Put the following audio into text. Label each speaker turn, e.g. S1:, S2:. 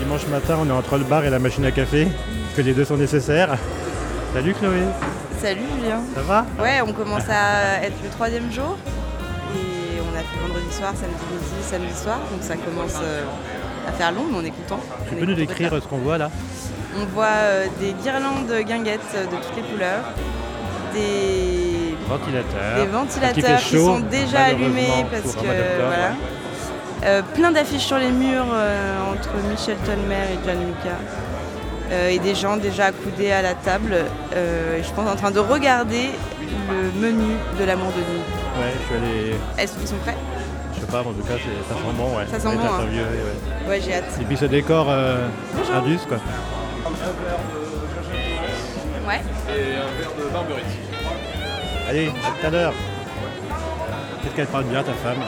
S1: dimanche matin, on est entre le bar et la machine à café, que les deux sont nécessaires. Salut Chloé,
S2: Salut Julien.
S1: ça va
S2: Ouais, on commence à être le troisième jour et on a fait vendredi soir, samedi midi, samedi soir, donc ça commence euh, à faire long, mais on est content.
S1: Tu peux
S2: On est
S1: nous
S2: content de
S1: décrire
S2: faire.
S1: ce qu'on voit là
S2: On voit euh, des guirlandes guinguettes euh, de toutes les couleurs, des,
S1: Ventilateur.
S2: des
S1: fait
S2: ventilateurs qui
S1: chaud,
S2: sont déjà allumés
S1: Hein malheureusement,
S2: parce
S1: pour
S2: que
S1: un hein. mois d'octobre.
S2: voilà. Euh, plein d'affiches sur les murs euh, entre Michel Tonner et Gianluca. Euh, et des gens déjà accoudés à la table, euh, je pense en train de regarder le menu de l'amour de nuit.
S1: Ouais, je suis allé,
S2: Est-ce qu'ils sont prêts
S1: je sais pas, mais en tout cas, c'est- ça sent bon, ouais.
S2: Ça sent
S1: On est
S2: bon, hein.
S1: interviewé, ouais.
S2: Ouais, j'ai hâte.
S1: Et puis ce décor euh, Indus, quoi.
S2: Ouais.
S1: Allez, à tout à l'heure. Peut-être qu'elle parle bien, ta femme.